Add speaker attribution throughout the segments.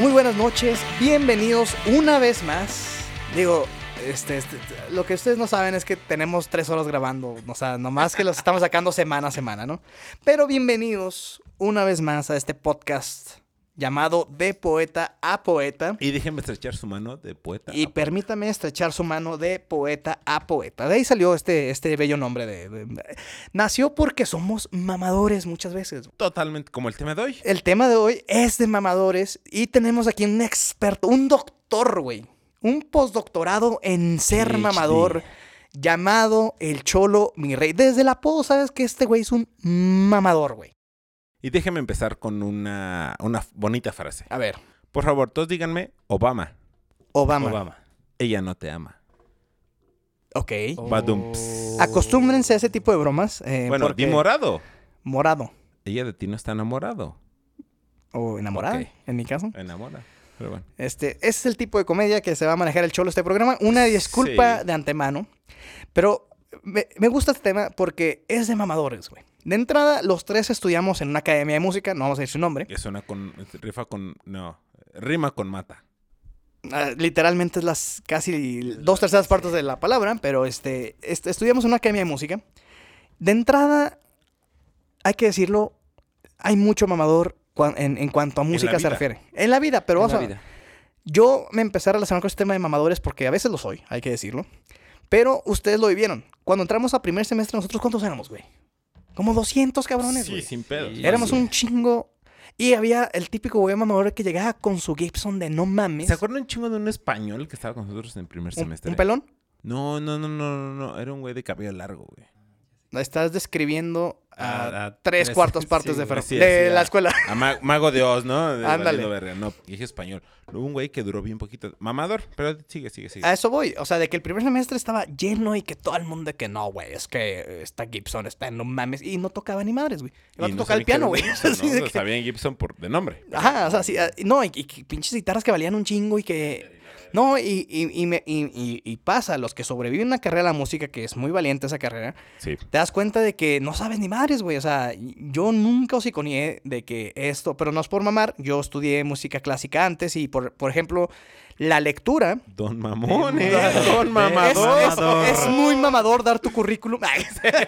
Speaker 1: Muy buenas noches, bienvenidos una vez más. Digo, este, este, lo que ustedes no saben es que tenemos tres horas grabando, o sea, nomás que los estamos sacando semana a semana, ¿no? Pero bienvenidos una vez más a este podcast llamado De Poeta a Poeta.
Speaker 2: Y déjenme estrechar su mano de poeta.
Speaker 1: Y permítame estrechar su mano de poeta a poeta. De ahí salió este, este bello nombre de, de- de- Nació porque somos mamadores muchas veces.
Speaker 2: Totalmente como el tema de hoy.
Speaker 1: El tema de hoy es de mamadores y tenemos aquí un experto, un doctor, güey. Un postdoctorado en ser
Speaker 2: PhD.
Speaker 1: mamador llamado el Cholo, mi rey. Desde el apodo sabes que este güey es un mamador, güey.
Speaker 2: Y déjenme empezar con una, una f- bonita frase.
Speaker 1: A ver,
Speaker 2: Por favor, todos díganme Obama.
Speaker 1: Obama.
Speaker 2: Ella no te ama.
Speaker 1: Ok.
Speaker 2: Badumps.
Speaker 1: Acostúmbrense a ese tipo de bromas. eh,
Speaker 2: Oh. bueno,
Speaker 1: porque-
Speaker 2: di morado.
Speaker 1: Morado.
Speaker 2: Ella de ti no está enamorado.
Speaker 1: O enamorada,
Speaker 2: Ok.
Speaker 1: en mi caso.
Speaker 2: Enamora. Pero bueno.
Speaker 1: Este, ese es el tipo de comedia que se va a manejar el cholo este programa. Una disculpa
Speaker 2: Sí.
Speaker 1: de antemano, pero me, me gusta este tema porque es de mamadores, güey. De entrada, los tres estudiamos en una academia de música, no vamos a decir su nombre.
Speaker 2: Que suena con. Rifa con. No. Rima con mata.
Speaker 1: Ah, literalmente es las casi dos terceras partes de la palabra, pero este, este, estudiamos en una academia de música. De entrada, hay que decirlo, hay mucho mamador cuan- en, en cuanto a
Speaker 2: la
Speaker 1: música se
Speaker 2: vida.
Speaker 1: refiere. En la vida, pero
Speaker 2: En
Speaker 1: vamos
Speaker 2: la
Speaker 1: a,
Speaker 2: vida.
Speaker 1: Yo me empecé a relacionar con este tema de mamadores porque a veces lo soy, hay que decirlo. Pero ustedes lo vivieron. Cuando entramos a primer semestre, ¿nosotros cuántos éramos, güey? Como 200 cabrones,
Speaker 2: sí,
Speaker 1: güey.
Speaker 2: sin pedo.
Speaker 3: Sí.
Speaker 1: Éramos
Speaker 3: sí.
Speaker 1: un chingo. Y había el típico güey mamador que llegaba con su Gibson de no mames.
Speaker 2: ¿Se acuerdan un chingo de un español que estaba con nosotros en primer
Speaker 1: ¿Un,
Speaker 2: semestre?
Speaker 1: un pelón?
Speaker 2: No, no, no, no, no, no. Era un güey de cabello largo, güey.
Speaker 1: Estás describiendo a,
Speaker 3: A- a
Speaker 1: tres
Speaker 3: tres-
Speaker 1: cuartas
Speaker 3: sí,
Speaker 1: partes de, Fer-
Speaker 2: güey, Ah, sí, ah,
Speaker 1: de
Speaker 2: sí,
Speaker 1: la
Speaker 2: a-
Speaker 1: escuela.
Speaker 2: A Ma- Mago de Oz, ¿no? De
Speaker 1: Ándale.
Speaker 2: valiendo verga. No, dije español. Luego un güey que duró bien poquito. Mamador, pero sigue, sigue, sigue.
Speaker 1: A eso voy. O sea, de que el primer semestre estaba lleno y que todo el mundo de que no, güey, es que esta Gibson está en no mames. Y no tocaba ni madres, güey.
Speaker 2: Y
Speaker 1: Iba a
Speaker 2: no
Speaker 1: tocar
Speaker 2: sabía
Speaker 1: el
Speaker 2: que era
Speaker 1: piano,
Speaker 2: un
Speaker 1: güey.
Speaker 2: Gibson,
Speaker 1: Así
Speaker 2: ¿no?
Speaker 1: de
Speaker 2: O sea,
Speaker 1: que-
Speaker 2: Sabían Gibson por, de nombre.
Speaker 1: Ajá, o sea, sí, ah, no, y, y que pinches guitarras que valían un chingo y que... No, y, y, y, me- y- y- y pasa, los que sobreviven a una carrera de la música, que es muy valiente esa carrera,
Speaker 2: Sí.
Speaker 1: te das cuenta de que no sabes ni madres, güey. O sea, yo nunca osiconeé de que esto, pero no es por mamar, yo estudié música clásica antes y, por, por ejemplo, la lectura...
Speaker 2: Don Mamón, eh.
Speaker 3: Mamador.
Speaker 2: Don
Speaker 3: Es-
Speaker 1: Es,
Speaker 2: Mamador.
Speaker 1: es- es muy mamador dar tu currículum. Ay,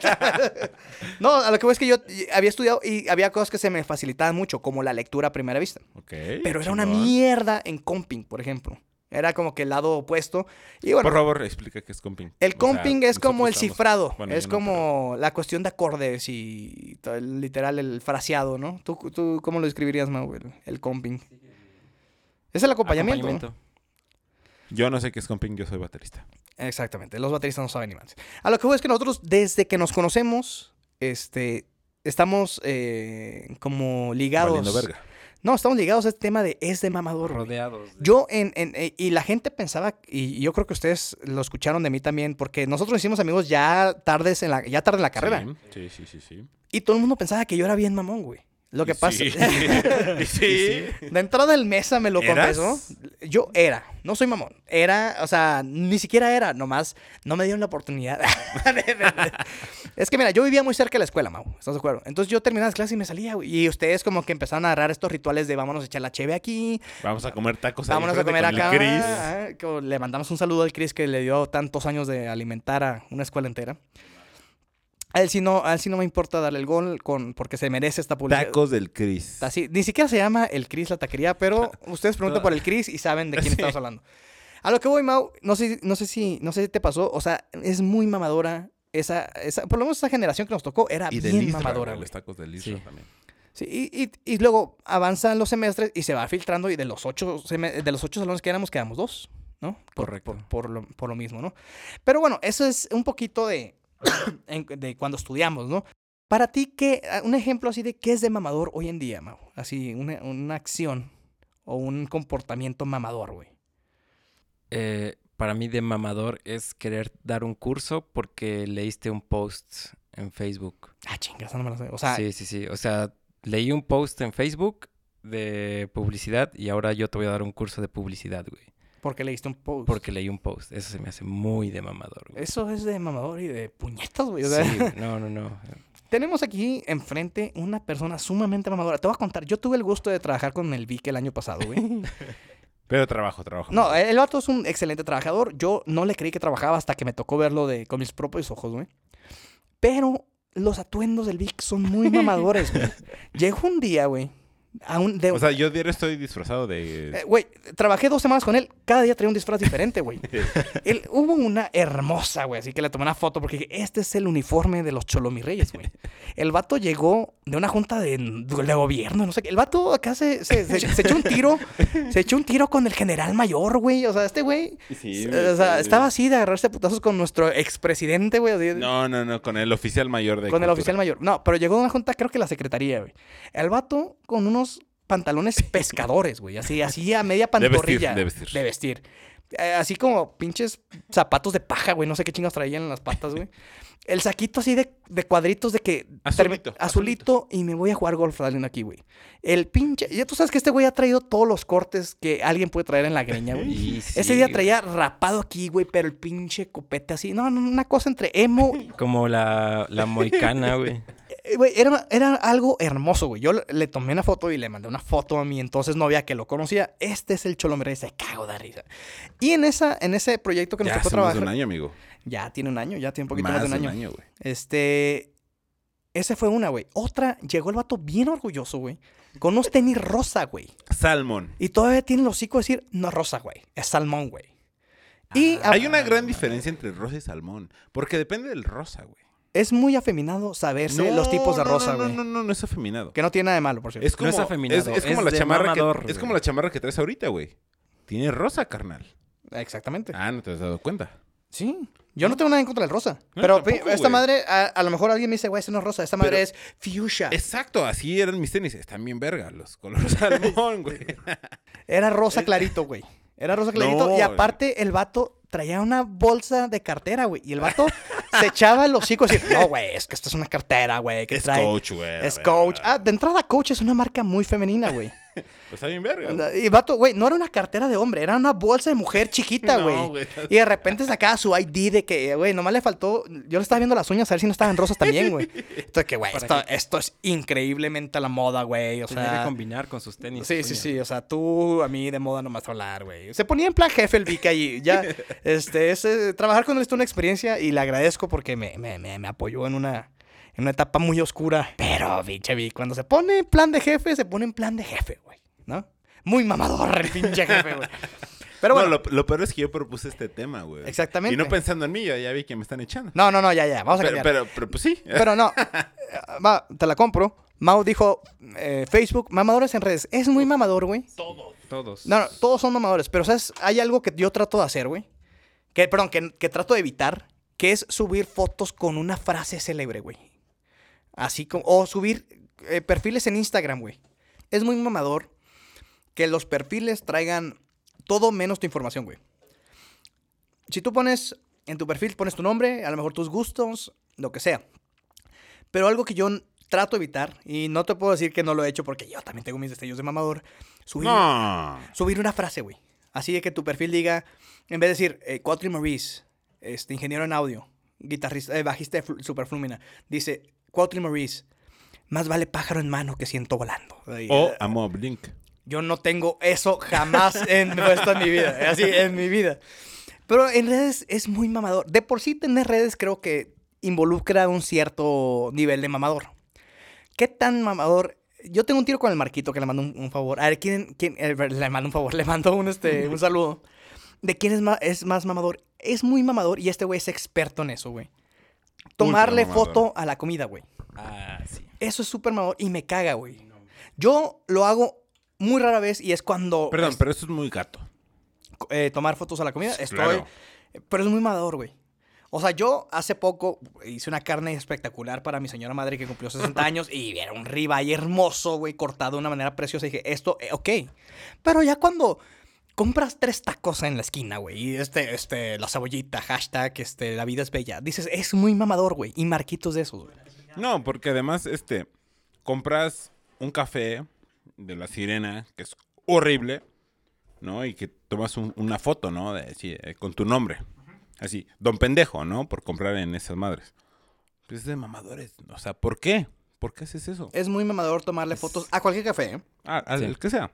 Speaker 1: no, a lo que voy es que yo había estudiado y había cosas que se me facilitaban mucho, como la lectura a primera vista.
Speaker 2: Ok,
Speaker 1: Pero era una
Speaker 2: chingón.
Speaker 1: mierda en comping, por ejemplo. Era como que el lado opuesto. Y bueno,
Speaker 2: Por favor, explica qué es comping.
Speaker 1: el
Speaker 2: O sea,
Speaker 1: comping es como el
Speaker 2: nosotros estamos-
Speaker 1: cifrado.
Speaker 2: Bueno,
Speaker 1: es
Speaker 2: yo no,
Speaker 1: como la cuestión de acordes y todo el- literal el fraseado, ¿no? ¿Tú, tú cómo lo describirías, Mau, el, el comping? Es el acompañamiento. ¿no?
Speaker 2: pero- Yo no sé qué es comping, yo soy baterista.
Speaker 1: Exactamente, los bateristas no saben ni más. A lo que voy es que nosotros, desde que nos conocemos, este, estamos eh, como
Speaker 2: Valiendo
Speaker 1: ligados.
Speaker 2: verga.
Speaker 1: No, estamos ligados a este tema de es de mamador. güey.
Speaker 3: Rodeados. de-
Speaker 1: Yo en, en- eh, y la gente pensaba y yo creo que ustedes lo escucharon de mí también porque nosotros hicimos amigos ya tardes en la ya tarde en la carrera
Speaker 2: Sí, sí, sí, sí.
Speaker 1: y todo el mundo pensaba que yo era bien mamón, güey. Lo que
Speaker 2: Y
Speaker 1: pasa
Speaker 2: Sí. Y sí.
Speaker 1: de entrada el mesa me lo
Speaker 2: ¿Eras?
Speaker 1: confesó. Yo era, no soy mamón. Era, o sea, ni siquiera era, nomás no me dieron la oportunidad. es que mira, yo vivía muy cerca de la escuela, Mau, ¿estás de acuerdo? Entonces yo terminaba las clases y me salía, güey. Y ustedes como que empezaron a agarrar estos rituales de vámonos a echar la cheve aquí,
Speaker 2: Vamos a comer tacos ahí
Speaker 1: Vámonos a
Speaker 2: enfrente
Speaker 1: comer acá.
Speaker 2: con el Chris.
Speaker 1: ah, que Le mandamos un saludo al Chris que le dio tantos años de alimentar a una escuela entera. A él sí no, a él sí no me importa darle el gol con, porque se merece esta publicidad.
Speaker 2: Tacos del Chris.
Speaker 1: Así, ni siquiera se llama el Chris la taquería, pero ustedes preguntan por el Chris y saben de quién estamos hablando. A lo que voy, Mau, no sé, no sé si, no sé si te pasó, o sea, es muy mamadora esa, esa por lo menos esa generación que nos tocó era
Speaker 2: Y del
Speaker 1: bien
Speaker 2: Isra,
Speaker 1: mamadora,
Speaker 2: güey,
Speaker 1: güey.
Speaker 2: Los tacos del Isra
Speaker 3: Sí.
Speaker 2: también.
Speaker 1: Sí, y, y- y luego avanzan los semestres y se va filtrando y de los ocho, seme- de los ocho salones que éramos quedamos dos, ¿no? Por-
Speaker 3: Correcto.
Speaker 1: Por, por lo, por lo mismo, ¿no? Pero bueno, eso es un poquito de, en- de cuando estudiamos, ¿no? Para ti, ¿qué, a- un ejemplo así de qué es de mamador hoy en día, Mau? Así, una, una acción o un comportamiento mamador, güey.
Speaker 3: Eh, para mí de mamador es querer dar un curso porque leíste un post en Facebook.
Speaker 1: Ah, chingas, no me lo sé. O sea,
Speaker 3: sí, sí, sí. O sea, leí un post en Facebook de publicidad y ahora yo te voy a dar un curso de publicidad, güey.
Speaker 1: porque leíste un post.
Speaker 3: Porque leí un post. Eso se me hace muy de mamador, güey.
Speaker 1: Eso es de mamador y de puñetas, güey. o sea,
Speaker 3: Sí, güey. no, no, no.
Speaker 1: Tenemos aquí enfrente una persona sumamente mamadora. Te voy a contar, yo tuve el gusto de trabajar con el Vic el año pasado, güey.
Speaker 2: Pero trabajo, trabajo.
Speaker 1: No, el vato es un excelente trabajador. Yo no le creí que trabajaba hasta que me tocó verlo de, con mis propios ojos, güey. Pero los atuendos del Vic son muy mamadores, güey. Llegó un día, güey, a un... de-
Speaker 2: O sea, yo diario estoy disfrazado de...
Speaker 1: eh, Güey, trabajé dos semanas con él. Cada día traía un disfraz diferente, güey. Él- hubo una hermosa, güey. Así que le tomé una foto porque dije, este es el uniforme de los Cholomirreyes, güey. El vato llegó de una junta de, de gobierno, no sé qué. El vato acá se, se, se- se echó un tiro. Se echó un tiro con el general mayor, güey. O sea, este güey...
Speaker 2: Sí,
Speaker 1: o sea, estaba así de agarrarse a putazos con nuestro expresidente, güey. así-
Speaker 2: No, no, no, con el oficial mayor de
Speaker 1: con el
Speaker 2: cultura.
Speaker 1: oficial mayor. No, pero llegó a una junta, creo que la secretaría, güey. El vato con unos pantalones pescadores, güey. Así, así a media
Speaker 2: De vestir,
Speaker 1: pantorrilla.
Speaker 2: de vestir.
Speaker 1: De vestir. Eh, así como pinches zapatos de paja, güey. No sé qué chingas traían en las patas, güey. El saquito así de, de cuadritos de que...
Speaker 2: Azulito,
Speaker 1: termi- azulito. Y me voy a jugar golf alguien aquí, güey. El pinche... Ya tú sabes que este güey ha traído todos los cortes que alguien puede traer en la greña, güey.
Speaker 3: Y
Speaker 1: Ese
Speaker 3: sí,
Speaker 1: día
Speaker 3: güey.
Speaker 1: traía rapado aquí, güey, pero el pinche copete así. No, no, una cosa entre emo
Speaker 3: Como la, la moicana, güey.
Speaker 1: eh, güey, era, era algo hermoso, güey. Yo le, le tomé una foto y le mandé una foto a mi entonces novia que lo conocía. Este es el Cholombre, se cago de risa. Y en, esa, en ese proyecto que nos
Speaker 2: Ya
Speaker 1: tocó
Speaker 2: hace más de
Speaker 1: trabajar.
Speaker 2: un año, amigo.
Speaker 1: Ya tiene un año, ya tiene un poquito
Speaker 2: más,
Speaker 1: más, de un año.
Speaker 2: güey.
Speaker 1: Este. Ese fue una, güey. Otra, llegó el vato bien orgulloso, güey. Con unos tenis rosa, güey.
Speaker 2: Salmón.
Speaker 1: Y todavía tiene el hocico de decir, no rosa, güey. Es salmón, güey. Y a-
Speaker 2: Ah, Hay una gran diferencia entre rosa y salmón. Porque depende del rosa, güey.
Speaker 1: es muy afeminado saberse
Speaker 2: No,
Speaker 1: eh, los tipos de
Speaker 2: no,
Speaker 1: rosa,
Speaker 2: no,
Speaker 1: güey.
Speaker 2: No, no, no, no es afeminado.
Speaker 1: Que no tiene nada de malo, por cierto.
Speaker 2: Es como,
Speaker 3: es afeminado,
Speaker 2: es- es como
Speaker 3: es
Speaker 2: la
Speaker 3: de
Speaker 2: chamarra
Speaker 3: mamador,
Speaker 2: que, Es
Speaker 3: güey.
Speaker 2: como la chamarra que traes ahorita, güey. Tiene rosa, carnal.
Speaker 1: Exactamente.
Speaker 2: Ah, no te has dado cuenta.
Speaker 1: Sí. Yo no tengo nada en contra del rosa.
Speaker 2: No,
Speaker 1: pero
Speaker 2: tampoco,
Speaker 1: pi- esta
Speaker 2: güey.
Speaker 1: madre, a, a lo mejor alguien me dice, güey, ese no es rosa, esta madre
Speaker 2: Pero-
Speaker 1: es fuchsia.
Speaker 2: Exacto, así eran mis tenis. Están bien verga los colores salmón, güey.
Speaker 1: Era rosa clarito, güey. Era rosa clarito.
Speaker 2: No,
Speaker 1: y
Speaker 2: güey.
Speaker 1: aparte, el vato traía una bolsa de cartera, güey. Y el vato se echaba los hocico y decía, no, güey, es que esta es una cartera, güey, que
Speaker 2: Es
Speaker 1: trae.
Speaker 2: coach, güey.
Speaker 1: Es Coach. Ah, de entrada, Coach es una marca muy femenina, güey.
Speaker 2: Pues está bien verga. güey.
Speaker 1: Y vato, güey, no era una cartera de hombre, era una bolsa de mujer chiquita,
Speaker 2: No,
Speaker 1: güey.
Speaker 2: güey.
Speaker 1: y de repente sacaba su ID de que, güey, nomás le faltó. Yo le estaba viendo las uñas a ver si no estaban rosas también, güey. Entonces, que, güey, esto, esto es increíblemente a la moda, güey. O
Speaker 3: Tenía que
Speaker 1: sea.
Speaker 3: combinar con sus tenis.
Speaker 1: Sí, sí,
Speaker 3: uñas.
Speaker 1: sí. O sea, tú a mí de moda nomás hablar, güey. Se ponía en plan jefe el Vic ahí. Ya, este, ese- trabajar con él es una experiencia y le agradezco porque me, me, me, me apoyó en una, en una etapa muy oscura. Pero, pinche Vic, cuando se pone en plan de jefe, se pone en plan de jefe, güey. ¿No? Muy mamador el pinche jefe, güey. Pero
Speaker 2: No,
Speaker 1: bueno.
Speaker 2: lo, lo peor es que yo propuse este tema, güey.
Speaker 1: Exactamente.
Speaker 2: Y no pensando en mí, yo ya vi que me están echando.
Speaker 1: No, no, no, ya, ya. Vamos a
Speaker 2: pero,
Speaker 1: cambiar.
Speaker 2: pero, pero, pues sí.
Speaker 1: Pero no, eh, va, te la compro. Mau dijo, eh, Facebook, mamadores en redes. Es muy mamador, güey.
Speaker 3: Todos.
Speaker 1: No, no, todos son mamadores, pero ¿sabes? Hay algo que yo trato de hacer, güey. Que, perdón, que, que trato de evitar, que es subir fotos con una frase célebre, güey. Así como, o subir eh, perfiles en Instagram, güey. Es muy mamador que los perfiles traigan todo menos tu información, güey. Si tú pones en tu perfil, pones tu nombre, a lo mejor tus gustos, lo que sea. Pero algo que yo n- trato de evitar, y no te puedo decir que no lo he hecho porque yo también tengo mis destellos de mamador, subir
Speaker 2: No.
Speaker 1: subir una frase, güey. Así de que tu perfil diga, en vez de decir, eh, Cuatro y Maurice, este, ingeniero en audio, guitarrista, eh, bajista de Flu- Superflúmina, dice, Cuatro y Maurice, más vale pájaro en mano que siento volando. Ay,
Speaker 2: O
Speaker 1: eh,
Speaker 2: a Mob Link.
Speaker 1: Yo no tengo eso jamás en, puesto en mi vida, así, en mi vida. Pero en redes es muy mamador. De por sí tener redes creo que involucra un cierto nivel de mamador. ¿Qué tan mamador? Yo tengo un tiro con el Marquito que le mando un, un favor. A ver, ¿quién, quién- eh, le mando un favor? Le mando un, este, un saludo. ¿De quién es, ma- es más mamador? Es muy mamador y este güey es experto en eso, güey. Tomarle
Speaker 2: mamador.
Speaker 1: foto a la comida, güey.
Speaker 3: Ah, sí.
Speaker 1: Eso es súper mamador y me caga, güey. Yo lo hago muy rara vez y es cuando...
Speaker 2: Perdón,
Speaker 1: es-
Speaker 2: pero eso es muy gato.
Speaker 1: eh, tomar fotos a la comida.
Speaker 2: Sí,
Speaker 1: Estoy.
Speaker 2: claro.
Speaker 1: Pero es muy mamador, güey. O sea, yo hace poco hice una carne espectacular para mi señora madre que cumplió 60 años y era un ribeye hermoso, güey, cortado de una manera preciosa. Y dije, esto, eh, ok. Pero ya cuando compras tres tacos en la esquina, güey, y este, este, la cebollita, hashtag, este, la vida es bella, dices, es muy mamador, güey, y marquitos de esos, güey.
Speaker 2: No, porque además, este, compras un café de la sirena, que es horrible, ¿no? Y que tomas un- una foto, ¿no? De, así, eh, con tu nombre. Así, don pendejo, ¿no? Por comprar en esas madres. Pues es de mamadores. O sea, ¿por qué? ¿Por qué haces eso?
Speaker 1: Es muy mamador tomarle
Speaker 3: Es-
Speaker 1: fotos a cualquier café. ¿eh?
Speaker 2: Ah, al
Speaker 3: Sí.
Speaker 2: al que sea.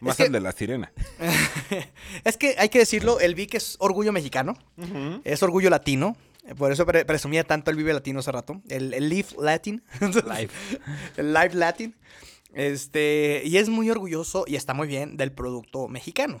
Speaker 2: Más
Speaker 1: que-
Speaker 2: al de la sirena.
Speaker 1: es que hay que decirlo, el Vic es orgullo mexicano, es orgullo latino. Por eso pre- presumía tanto el Vive Latino hace rato. El, el Live Latin.
Speaker 3: Live.
Speaker 1: el Live Latin. Este, y es muy orgulloso y está muy bien del producto mexicano.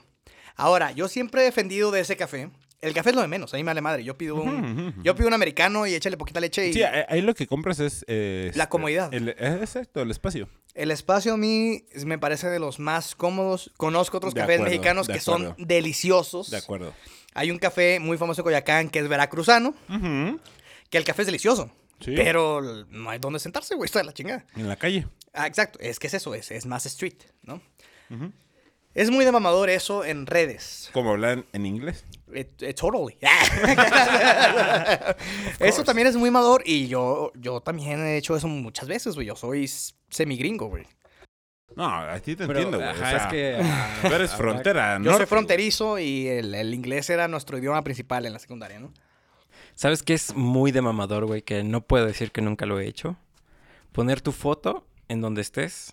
Speaker 1: Ahora, yo siempre he defendido de ese café. El café es lo de menos, a mí me vale madre. Yo pido un,
Speaker 2: Ujú, ujú.
Speaker 1: yo pido un americano y échale poquita leche y
Speaker 2: Sí, eh. ahí ahí lo que compras es... eh,
Speaker 1: La
Speaker 2: este,
Speaker 1: comodidad.
Speaker 2: el- eh, exacto, el espacio.
Speaker 1: El espacio a mí me parece de los más cómodos. Conozco otros
Speaker 2: De
Speaker 1: cafés
Speaker 2: acuerdo,
Speaker 1: mexicanos
Speaker 2: de
Speaker 1: que son
Speaker 2: acuerdo.
Speaker 1: deliciosos.
Speaker 2: De acuerdo.
Speaker 1: Hay un café muy famoso en Coyacán que es veracruzano,
Speaker 2: Ujú.
Speaker 1: que el café es delicioso.
Speaker 2: Sí.
Speaker 1: Pero l- no hay dónde sentarse, güey, está de la chingada.
Speaker 2: En la calle.
Speaker 1: Ah, exacto, es que es eso, es, es más street, ¿no?
Speaker 2: Ujú.
Speaker 1: Es muy de mamador eso en redes.
Speaker 2: Como hablan en inglés.
Speaker 1: It- it totally. eso también es muy mamador y yo, yo también he hecho eso muchas veces, güey. Yo soy s- semigringo, güey.
Speaker 2: No, a ti te
Speaker 3: Pero,
Speaker 2: entiendo, güey. o
Speaker 3: ajá,
Speaker 2: sea,
Speaker 3: es que... ah,
Speaker 2: Tú eres
Speaker 3: habrá-
Speaker 2: frontera,
Speaker 1: Yo
Speaker 2: norte,
Speaker 1: soy
Speaker 2: güey.
Speaker 1: fronterizo y el, el inglés era nuestro idioma principal en la secundaria, ¿no?
Speaker 3: ¿Sabes qué es muy de mamador, güey? Que no puedo decir que nunca lo he hecho. Poner tu foto en donde estés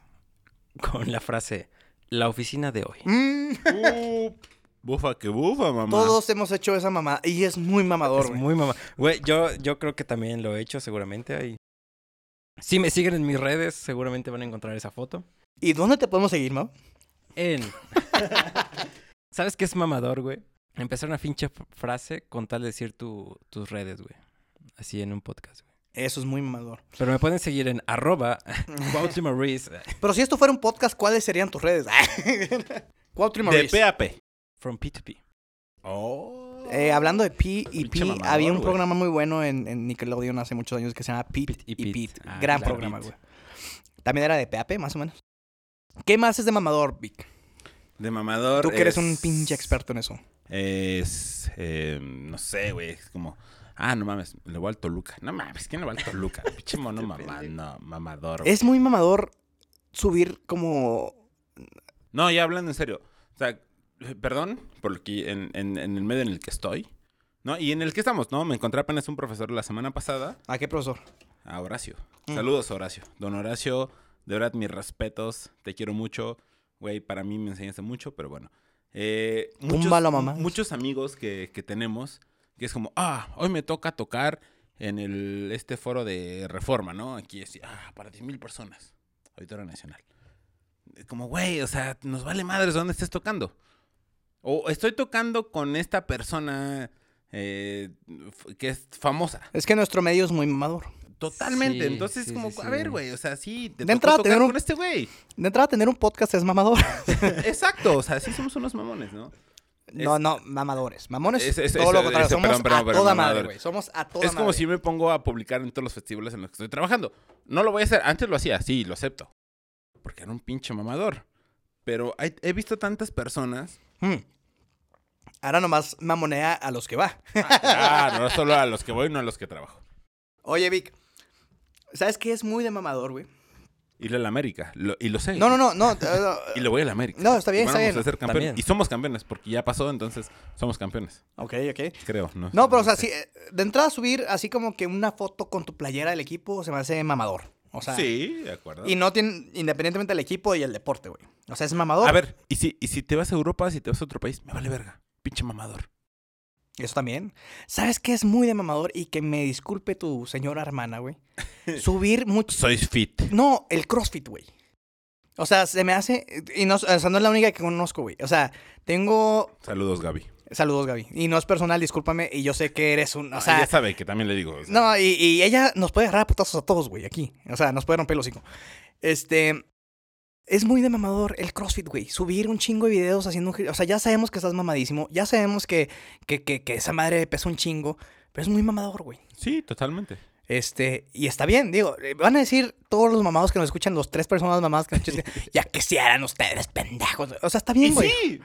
Speaker 3: con la frase, la oficina de hoy.
Speaker 1: Mm,
Speaker 2: Uh, bufa que bufa, mamá.
Speaker 1: todos hemos hecho esa mamada y es muy mamador,
Speaker 3: Es
Speaker 1: güey.
Speaker 3: muy mamá. Güey, yo, yo creo que también lo he hecho seguramente ahí. Si me siguen en mis redes, seguramente van a encontrar esa foto.
Speaker 1: ¿Y dónde te podemos seguir, Mau?
Speaker 3: En... ¿Sabes qué es mamador, güey? Empezar una pinche f- frase con tal de decir tu- tus redes, güey. Así en un podcast, güey.
Speaker 1: Eso es muy mamador.
Speaker 3: Pero me pueden seguir en arroba eh, Maurice
Speaker 1: Pero si esto fuera un podcast, ¿cuáles serían tus redes? Cuautri
Speaker 2: De
Speaker 1: Maurice.
Speaker 2: PAP.
Speaker 3: from P2P.
Speaker 2: Oh.
Speaker 1: Eh, hablando de P y
Speaker 3: Pinche
Speaker 1: P,
Speaker 3: mamador,
Speaker 1: había un
Speaker 3: güey.
Speaker 1: programa muy bueno en, en Nickelodeon hace muchos años que se llama Pete,
Speaker 3: Pete y
Speaker 1: y Pete.
Speaker 3: Pete. Ah,
Speaker 1: Gran
Speaker 3: claro.
Speaker 1: programa,
Speaker 3: Pete.
Speaker 1: güey. También era de PAP, más o menos. ¿Qué más es de mamador, Vic?
Speaker 2: De mamador.
Speaker 1: Tú que eres un
Speaker 2: es-
Speaker 1: pinche experto en eso.
Speaker 2: Es. eh, no sé, güey. Es como. Ah, no mames, le voy al Toluca. No mames, ¿quién le va al Toluca? Pinche mono mamá, no, mamador. güey.
Speaker 1: Es muy mamador subir como
Speaker 2: No, ya hablando en serio. O sea, eh, perdón por lo que en, en- en el medio en el que estoy. ¿No? Y en el que estamos, ¿no? Me encontré apenas un profesor la semana pasada,
Speaker 1: ¿A qué profesor?
Speaker 2: a Horacio.
Speaker 1: Mm.
Speaker 2: Saludos, Horacio. Don Horacio, de verdad, mis respetos. Te quiero mucho. Güey, para mí me enseñaste mucho, pero bueno. Eh,
Speaker 1: Túmbalo, mamá.
Speaker 2: Muchos amigos que, que tenemos, que es como, ah, hoy me toca tocar en el, este foro de reforma, ¿no? Aquí es, ah, para 10.000 personas. Auditorio Nacional. Es Como, güey, o sea, nos vale madres dónde estés tocando. O estoy tocando con esta persona eh, f- que es famosa.
Speaker 1: Es que nuestro medio es muy mamador.
Speaker 2: Totalmente.
Speaker 3: Sí,
Speaker 2: Entonces,
Speaker 3: sí,
Speaker 2: como,
Speaker 3: sí,
Speaker 2: a
Speaker 3: sí.
Speaker 2: ver, güey, o sea, sí,
Speaker 1: De
Speaker 2: te tocó
Speaker 1: entrada,
Speaker 2: tocar
Speaker 1: tener un-
Speaker 2: con este güey.
Speaker 1: De entrada, tener un podcast es mamador.
Speaker 2: Exacto, o sea, sí somos unos mamones, ¿no?
Speaker 1: No,
Speaker 2: Es-
Speaker 1: no, mamadores. Mamones,
Speaker 2: Es- es-
Speaker 1: todo
Speaker 2: es-
Speaker 1: lo contrario.
Speaker 2: es-
Speaker 1: Somos
Speaker 2: perdón, perdón,
Speaker 1: a
Speaker 2: perdón,
Speaker 1: toda madre,
Speaker 2: mamador.
Speaker 1: güey. Somos a toda
Speaker 2: es como
Speaker 1: madre.
Speaker 2: si me pongo a publicar en todos los festivales en los que estoy trabajando. No lo voy a hacer, antes lo hacía, sí, lo acepto. Porque era un pinche mamador. Pero hay- he visto tantas personas.
Speaker 1: Mm. Ahora nomás mamonea a los que va.
Speaker 2: Ah, no solo a los que voy, no a los que trabajo.
Speaker 1: Oye, Vic. ¿Sabes qué es muy de mamador, güey?
Speaker 2: Ir a la América, lo- y lo sé.
Speaker 1: No, no, no, no. eh,
Speaker 2: Y
Speaker 1: no.
Speaker 2: le voy a la América.
Speaker 1: No, está bien,
Speaker 2: Y
Speaker 1: está
Speaker 2: vamos
Speaker 1: bien.
Speaker 2: a ser campeones.
Speaker 3: También.
Speaker 2: Y somos campeones, porque ya pasó, entonces somos campeones.
Speaker 1: ok, ok.
Speaker 2: Creo, ¿no?
Speaker 1: No, pero o sea, sí, eh, de entrada subir así como que una foto con tu playera del equipo se me hace mamador. O sea,
Speaker 2: sí, de acuerdo.
Speaker 1: y no tiene, independientemente del equipo y el deporte, güey. O sea, es mamador.
Speaker 2: A ver, y si, y si te vas a Europa, si te vas a otro país, me vale verga. Pinche mamador.
Speaker 1: Eso también. ¿Sabes qué es muy de mamador? Y que me disculpe tu señora hermana, güey. Subir mucho.
Speaker 2: Sois fit.
Speaker 1: No, el CrossFit, güey. O sea, se me hace. Y no, o sea, no es la única que conozco, güey. O sea, tengo.
Speaker 2: Saludos, Gaby.
Speaker 1: Saludos, Gaby. Y no es personal, discúlpame. Y yo sé que eres un. O
Speaker 2: Ah,
Speaker 1: sea.
Speaker 2: ya sabe que también le digo. o sea,
Speaker 1: No, y, y ella nos puede agarrar a putazos a todos, güey, aquí. O sea, nos puede romper el hocico. Este. Es muy de mamador el CrossFit, güey. Subir un chingo de videos haciendo un... gir- O sea, ya sabemos que estás mamadísimo. Ya sabemos que, que, que, que esa madre pesa un chingo. Pero es muy mamador, güey.
Speaker 2: Sí, totalmente.
Speaker 1: Este, y está bien, digo, eh, van a decir todos los mamados que nos escuchan, los tres personas mamadas que nos escuchan, ya que si eran ustedes pendejos. O sea, está
Speaker 2: Y
Speaker 1: bien, güey.
Speaker 2: sí,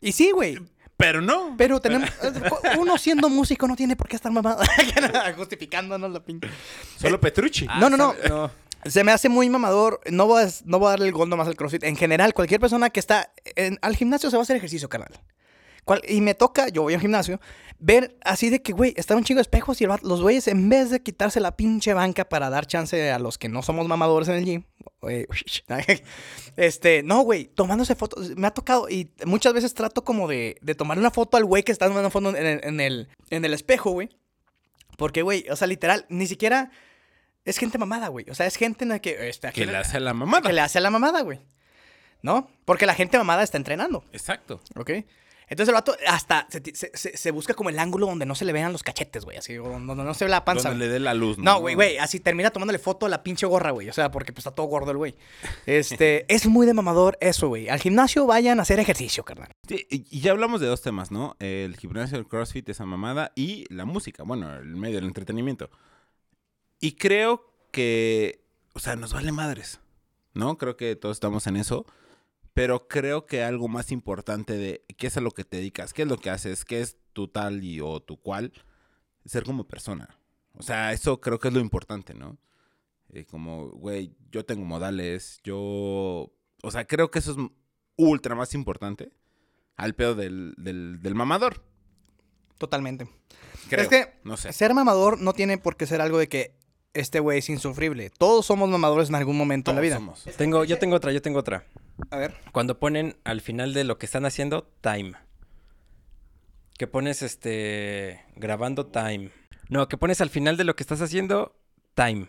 Speaker 1: Y sí, güey.
Speaker 2: pero no.
Speaker 1: Pero tenemos, uno siendo músico no tiene por qué estar mamado, justificándonos la pinche.
Speaker 2: Solo Petrucci.
Speaker 1: No, no, Ah, no. Se me hace muy mamador. No voy a, no voy a darle el gondo más al CrossFit. En general, cualquier persona que está en- al gimnasio se va a hacer ejercicio, carnal. cual- y me toca, yo voy al gimnasio, ver así de que, güey, estaba un chingo de espejos y el vato- los güeyes, en vez de quitarse la pinche banca para dar chance a los que no somos mamadores en el gym, eh, este, no, güey, tomándose fotos, me ha tocado y muchas veces trato como de, de tomar una foto al güey que está tomando foto en el, en el, en el espejo, güey. Porque, güey, o sea, literal, ni siquiera es gente mamada, güey. O sea, es gente en la que... este, aquí
Speaker 2: Que
Speaker 1: la-
Speaker 2: le hace a la mamada.
Speaker 1: que le hace a la mamada, güey. ¿No? Porque la gente mamada está entrenando,
Speaker 2: Exacto.
Speaker 1: ¿ok? Entonces el vato hasta se, ti- se- se- se busca como el ángulo donde no se le vean los cachetes, güey. Así, o donde no se ve la panza.
Speaker 2: Donde
Speaker 1: güey.
Speaker 2: le dé la luz.
Speaker 1: No, güey, güey. Así termina tomándole foto a la pinche gorra, güey. O sea, porque pues, está todo gordo el güey. Este, es muy de mamador eso, güey. Al gimnasio vayan a hacer ejercicio, carnal.
Speaker 2: Sí, y y ya hablamos de dos temas, ¿no? El gimnasio, el crossfit, esa mamada y la música, bueno, el medio del entretenimiento. Y creo que, o sea, nos vale madres, ¿no? Creo que todos estamos en eso, pero creo que algo más importante de qué es a lo que te dedicas, qué es lo que haces, qué es tu tal y o tu cual, ser como persona. O sea, eso creo que es lo importante, ¿no? Eh, como, güey, yo tengo modales, yo... O sea, creo que eso es ultra más importante al pedo del, del, del mamador.
Speaker 1: Totalmente.
Speaker 2: Creo.
Speaker 1: Es que-
Speaker 2: no sé.
Speaker 1: Ser mamador no tiene por qué ser algo de que este güey es insufrible. Todos somos mamadores en algún momento en la
Speaker 2: Todos
Speaker 1: vida.
Speaker 2: somos.
Speaker 3: Tengo, yo tengo otra, yo tengo otra.
Speaker 1: A ver.
Speaker 3: Cuando ponen al final de lo que están haciendo, time. Que pones este. grabando time. No, que pones al final de lo que estás haciendo, time.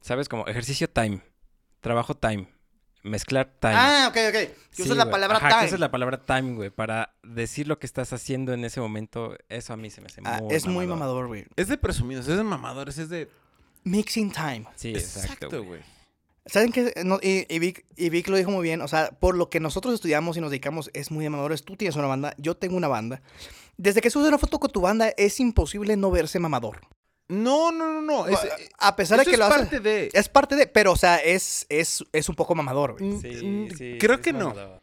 Speaker 3: ¿Sabes? Como ejercicio time. Trabajo time. Mezclar time.
Speaker 1: Ah, ok, ok. Que
Speaker 3: Sí,
Speaker 1: usas la
Speaker 3: güey.
Speaker 1: palabra
Speaker 3: Ajá, que
Speaker 1: time.
Speaker 3: usas la palabra time, güey. Para decir lo que estás haciendo en ese momento. Eso a mí se me hace
Speaker 1: Ah,
Speaker 3: muy
Speaker 1: es muy mamador, güey.
Speaker 2: Es de presumidos, es de mamadores, es de...
Speaker 1: Mixing time.
Speaker 3: Sí, exacto. güey.
Speaker 1: ¿Saben qué? Eh, No, y, y Vic, y Vic lo dijo muy bien. O sea, por lo que nosotros estudiamos y nos dedicamos es muy mamadores. Tú tienes una banda, yo tengo una banda. Desde que subes una foto con tu banda es imposible no verse mamador.
Speaker 2: No, no, no, no. Es, eh,
Speaker 1: a pesar de
Speaker 2: eso
Speaker 1: que
Speaker 2: es
Speaker 1: lo haces.
Speaker 2: parte de...
Speaker 1: Es parte de. Pero, o sea, es, es, es un poco mamador, güey.
Speaker 2: Mm,
Speaker 3: Sí,
Speaker 2: mm,
Speaker 3: sí,
Speaker 2: creo
Speaker 3: sí,
Speaker 2: que
Speaker 3: es
Speaker 2: no.
Speaker 3: mamador.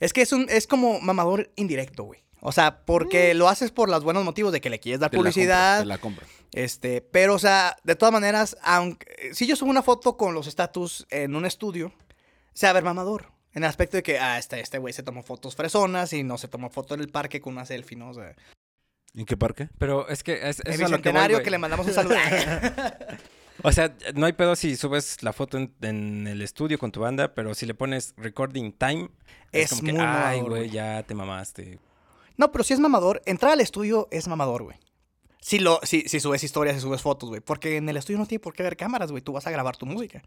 Speaker 1: Es que es, un, es como mamador indirecto, güey. O sea, porque lo haces por los buenos motivos de que le quieres dar
Speaker 2: Te Mm. la compro,
Speaker 1: publicidad.
Speaker 2: te la compro.
Speaker 1: Este, pero, o sea, de todas maneras, aunque si yo subo una foto con los estatus en un estudio, se va a ver mamador. En el aspecto de que, ah, este este güey se tomó fotos fresonas y no se tomó foto en el parque con una selfie, ¿no? O sea,
Speaker 2: ¿En qué parque?
Speaker 3: Pero es que es, eso
Speaker 1: el
Speaker 3: es a lo que voy,
Speaker 1: bicentenario que,
Speaker 3: güey.
Speaker 1: le mandamos un saludo.
Speaker 3: O sea, no hay pedo si subes la foto en, en el estudio con tu banda, pero si le pones recording time,
Speaker 1: Es
Speaker 3: es, como que,
Speaker 1: muy
Speaker 3: ay,
Speaker 1: mamador,
Speaker 3: güey,
Speaker 1: güey".
Speaker 3: ya te mamaste.
Speaker 1: no, pero si es mamador, entrar al estudio es mamador, güey. Si, lo, si, si subes historias, si subes fotos, güey. Porque en el estudio no tiene por qué haber cámaras, güey. Tú vas a grabar tu música,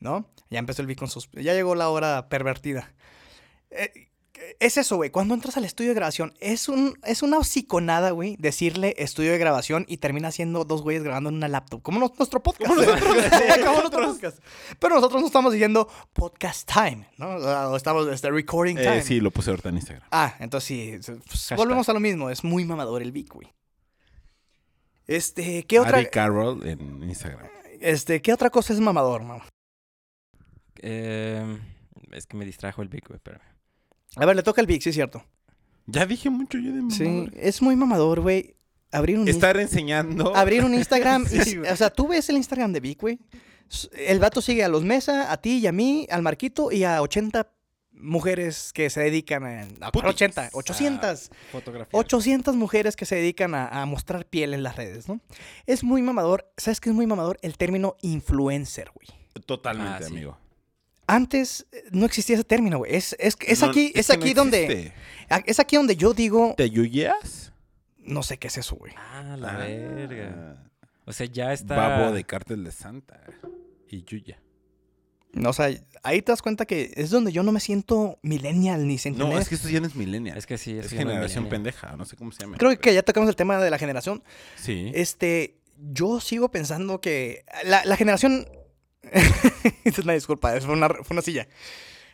Speaker 1: ¿no? Ya empezó el beat con sus... Ya llegó la hora pervertida. Eh, es eso, güey. Cuando entras al estudio de grabación, es, un, es una hociconada, güey, decirle estudio de grabación y termina siendo dos güeyes grabando en una laptop. Como nos- nuestro podcast. Como nosotros. Como nuestro podcast. Pero nosotros no estamos diciendo podcast time, ¿no? O estamos este, recording time.
Speaker 2: Eh, sí, lo puse ahorita en Instagram.
Speaker 1: Ah, entonces sí. es- pues, volvemos a lo mismo. Es muy mamador el Vic, güey. Este, ¿qué otra,
Speaker 2: Ari Carroll en Instagram.
Speaker 1: este, ¿qué otra cosa es mamador, mamá?
Speaker 3: Eh, es que me distrajo el Vic, güey, pero...
Speaker 1: A ver, le toca al Vic, sí es cierto.
Speaker 2: Ya dije mucho yo de
Speaker 1: Sí,
Speaker 2: mamadores.
Speaker 1: es muy mamador, güey. Abrir un
Speaker 2: Estar enseñando...
Speaker 1: abrir un Instagram. y-
Speaker 2: Sí, güey.
Speaker 1: o sea, tú ves el Instagram de Vic, güey. S- El vato sigue a los Mesa, a ti y a mí, al Marquito y a 80 mujeres que se dedican a... a
Speaker 2: Putis.
Speaker 1: 80, 800.
Speaker 3: Fotografía.
Speaker 1: 800 mujeres que se dedican a, a mostrar piel en las redes, ¿no? Es muy mamador. ¿Sabes qué es muy mamador? El término influencer, güey.
Speaker 2: Totalmente,
Speaker 3: Ah, sí.
Speaker 2: amigo.
Speaker 1: Antes eh, no existía ese término, güey. Es, es, es
Speaker 2: No,
Speaker 1: aquí, es
Speaker 2: que no
Speaker 1: aquí donde...
Speaker 2: existe.
Speaker 1: a- Es aquí donde yo digo...
Speaker 2: ¿Te yuyeas?
Speaker 1: No sé qué es eso, güey.
Speaker 3: Ah, la
Speaker 2: Ah,
Speaker 3: verga. O sea, ya está...
Speaker 2: Babo de Cártel de Santa. Y Yuya.
Speaker 1: No, O sea, ahí te das cuenta que es donde yo no me siento millennial ni centennial.
Speaker 2: No, es que esto ya no es millennial.
Speaker 3: Es que sí,
Speaker 2: Es
Speaker 3: eso ya no
Speaker 2: generación
Speaker 3: millennial.
Speaker 2: pendeja, no sé cómo se llama.
Speaker 1: Creo que ya tocamos el tema de la generación.
Speaker 2: Sí.
Speaker 1: Este, yo sigo pensando que la, la generación... es una disculpa, fue una, fue una silla.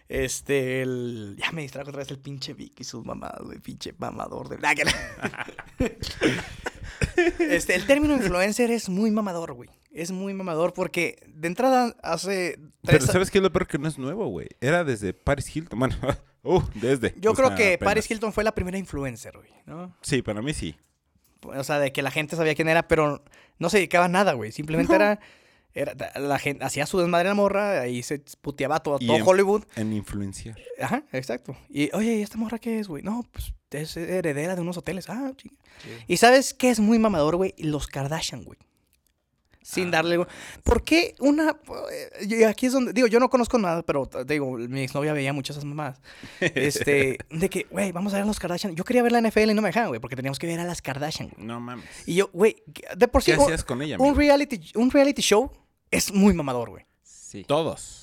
Speaker 1: Este, el... Ya me distrajo otra vez el pinche Vic y sus mamadas, güey. Pinche mamador de... Ah, que la- este, el término influencer es muy mamador, güey. Es muy mamador porque de entrada hace...
Speaker 2: Pero
Speaker 1: tres-
Speaker 2: ¿sabes qué es lo peor que no es nuevo, güey? Era desde Paris Hilton. Bueno, uh, desde.
Speaker 1: Yo
Speaker 2: O
Speaker 1: creo
Speaker 2: sea,
Speaker 1: que
Speaker 2: apenas.
Speaker 1: Paris Hilton fue la primera influencer, güey, ¿no?
Speaker 2: Sí, para mí sí.
Speaker 1: O sea, de que la gente sabía quién era, pero no se dedicaba a nada, güey. Simplemente
Speaker 2: No.
Speaker 1: era Era, la gente hacía su desmadre en la morra, ahí se puteaba todo,
Speaker 2: Y
Speaker 1: todo
Speaker 2: en-
Speaker 1: Hollywood.
Speaker 2: En influenciar.
Speaker 1: Ajá, exacto. Y, oye, ¿y esta morra qué es, güey? No, pues es heredera de unos hoteles. Ah, chinga. ¿Y sabes qué es muy mamador, güey? Los Kardashian, güey. Sin
Speaker 3: Ah,
Speaker 1: darle... güey. ¿Por qué una...? eh, y Aquí es donde... Digo, yo no conozco nada, pero te digo, mi exnovia veía muchas esas mamadas. Este, de que, güey, vamos a ver a los Kardashian. Yo quería ver la NFL y no me dejaban, güey, porque teníamos que ver a las Kardashian, güey.
Speaker 2: No mames.
Speaker 1: Y yo, güey, de por sí...
Speaker 2: ¿Qué
Speaker 1: un-
Speaker 2: hacías con ella,
Speaker 1: un,
Speaker 2: amigo?
Speaker 1: reality, un reality show es muy mamador, güey.
Speaker 3: Sí.
Speaker 2: Todos.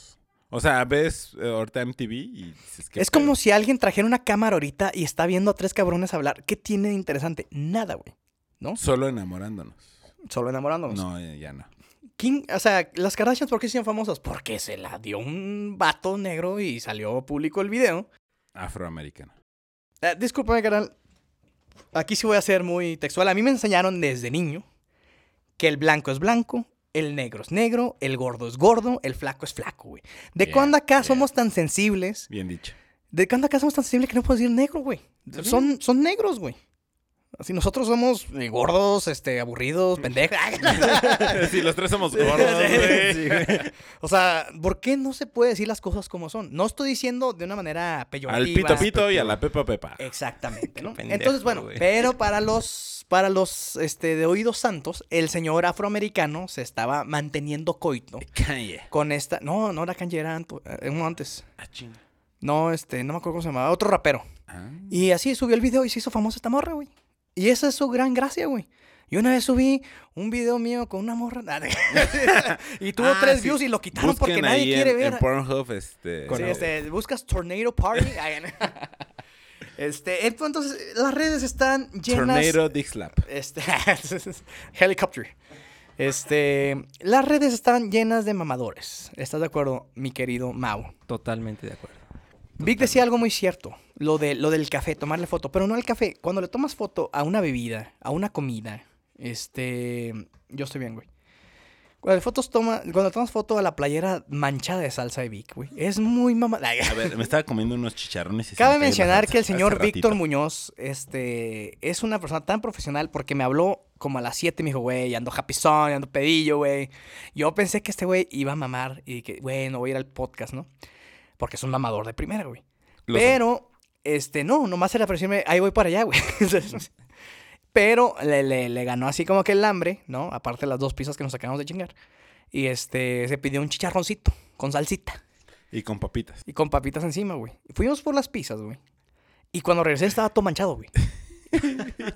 Speaker 2: O sea, ves eh, ahorita MTV y dices que.
Speaker 1: Es como si alguien trajera una cámara ahorita y está viendo a tres cabrones hablar. ¿Qué tiene de interesante? Nada, güey. ¿No?
Speaker 2: Solo enamorándonos.
Speaker 1: Solo enamorándonos.
Speaker 2: No, eh, ya no.
Speaker 1: ¿Quién- o sea, las Kardashians, ¿por qué se hicieron famosas? Porque se la dio un vato negro y salió público el video.
Speaker 2: Afroamericano.
Speaker 1: Eh, discúlpame, canal. Aquí sí voy a ser muy textual. A mí me enseñaron desde niño que el blanco es blanco, el negro es negro, el gordo es gordo, el flaco es flaco, güey. ¿De
Speaker 2: Yeah,
Speaker 1: cuándo acá
Speaker 2: yeah.
Speaker 1: somos tan sensibles?
Speaker 2: Bien dicho.
Speaker 1: ¿De cuándo acá somos tan sensibles que no podemos decir negro, güey?
Speaker 2: Está
Speaker 1: Son, son negros, güey. Así nosotros somos eh, gordos, este, aburridos, pendejos.
Speaker 2: sí, los tres somos gordos, güey.
Speaker 1: Sí, güey. o sea, ¿por qué no se puede decir las cosas como son? No estoy diciendo de una manera peyorativa.
Speaker 2: Al pito pito y a la pepa pepa.
Speaker 1: Exactamente, ¿no?
Speaker 3: pendejo,
Speaker 1: Entonces, bueno,
Speaker 3: güey.
Speaker 1: pero para los, para los este, de oídos santos, el señor afroamericano se estaba manteniendo coito
Speaker 2: Calle.
Speaker 1: con esta. No, no era Kanye, era anto- eh, uno antes.
Speaker 3: Ah,
Speaker 1: No, este, no me acuerdo cómo se llamaba, otro rapero.
Speaker 2: Ah.
Speaker 1: Y así subió el video y se hizo famosa esta morra, güey. Y esa es su gran gracia, güey. Yo una vez subí un video mío con una morra. y tuvo
Speaker 2: Ah,
Speaker 1: tres
Speaker 2: sí.
Speaker 1: views y lo quitaron porque nadie quiere
Speaker 2: en,
Speaker 1: ver.
Speaker 2: En Pornhub, este.
Speaker 1: Sí, este, buscas Tornado Party. Ay, no. este, ent- entonces, las redes están llenas.
Speaker 2: Tornado Dick Slap.
Speaker 1: Este, helicopter. Este, las redes están llenas de mamadores. ¿Estás de acuerdo, mi querido Mau?
Speaker 3: Totalmente de acuerdo.
Speaker 1: Vic decía algo muy cierto, lo, de, lo del café, tomarle foto, pero no al café. Cuando le tomas foto a una bebida, a una comida, este... Yo estoy bien, güey. Cuando, le fotos toma, cuando le tomas foto a la playera manchada de salsa de Vic, güey. Es muy mamá...
Speaker 2: A ver, me estaba comiendo unos chicharrones. y se
Speaker 1: Cabe
Speaker 2: me cayó la
Speaker 1: mencionar
Speaker 2: salsa
Speaker 1: que el
Speaker 2: hace
Speaker 1: señor
Speaker 2: ratito.
Speaker 1: Víctor Muñoz este, es una persona tan profesional porque me habló como a las 7 y me dijo, güey, ando happy son, ando pedillo, güey. Yo pensé que este güey iba a mamar y que, güey, no voy a ir al podcast, ¿no? Porque es un mamador de primera, güey.
Speaker 2: Lo sé.
Speaker 1: Pero, este, no, nomás era para decirme, ahí voy para allá, güey. Pero le, le- le ganó así como que el hambre, ¿no? Aparte de las dos pizzas que nos acabamos de chingar. Y este, se pidió un chicharroncito con salsita.
Speaker 2: Y con papitas.
Speaker 1: Y con papitas encima, güey. Fuimos por las pizzas, güey. Y cuando regresé estaba todo manchado, güey.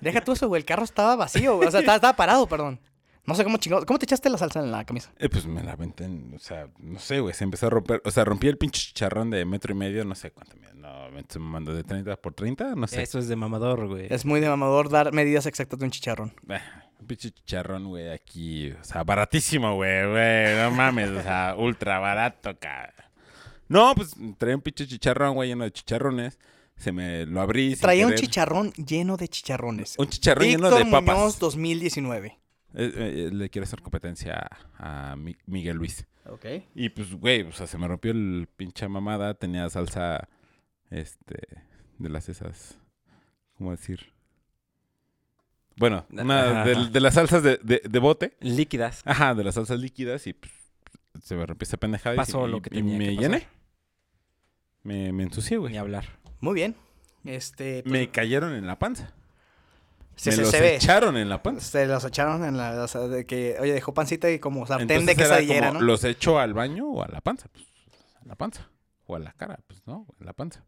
Speaker 1: Deja tú eso, güey. El carro estaba vacío, güey. O sea, estaba, estaba parado, perdón. No sé cómo chingado. ¿Cómo te echaste la salsa en la camisa?
Speaker 2: Eh, pues me la aventé, en- o sea, no sé, güey, se empezó a romper, o sea, rompí el pinche chicharrón de metro y medio, no sé cuánto, mide, no, me se me mandó de 30 por 30, no sé.
Speaker 3: Eso es de mamador, güey.
Speaker 1: Es muy de mamador dar medidas exactas de un chicharrón.
Speaker 2: Ah, un pinche chicharrón, güey, aquí, o sea, baratísimo, güey, güey, no mames, o sea, ultra barato, cabrón. No, pues traía un pinche chicharrón, güey, lleno de chicharrones, se me lo abrí. sin
Speaker 1: Traía un
Speaker 2: querer.
Speaker 1: chicharrón lleno de chicharrones.
Speaker 2: Un chicharrón lleno de
Speaker 1: Víctor
Speaker 2: papas.
Speaker 1: Muñoz 2019.
Speaker 2: Eh, eh, le quiero hacer competencia a, a Mi- Miguel Luis.
Speaker 1: Ok.
Speaker 2: Y pues, güey, o sea, se me rompió el pinche mamada. Tenía salsa, este, de las esas, ¿cómo decir? Bueno, una
Speaker 3: Ajá.
Speaker 2: de, de las salsas de, de- de bote.
Speaker 3: Líquidas.
Speaker 2: Ajá, de las salsas líquidas y pues, se me rompió esa pendejada. y-
Speaker 3: Pasó
Speaker 2: y,
Speaker 3: lo que
Speaker 2: y
Speaker 3: tenía
Speaker 2: me
Speaker 3: que pasar.
Speaker 2: llené. Me, me ensucié,
Speaker 3: Ni
Speaker 2: güey.
Speaker 3: hablar.
Speaker 1: Muy bien. Este. pues,
Speaker 2: Me cayeron en la panza.
Speaker 1: se,
Speaker 2: me
Speaker 1: se-
Speaker 2: los
Speaker 1: se ve.
Speaker 2: echaron en la panza.
Speaker 1: Se los echaron en la. O sea, de que. Oye, dejó pancita y como sartén de
Speaker 2: Entonces era
Speaker 1: quesadillera,
Speaker 2: como,
Speaker 1: ¿no?
Speaker 2: ¿Los echo al baño o a la panza? Pues, a la panza. O a la cara, pues no, a la panza.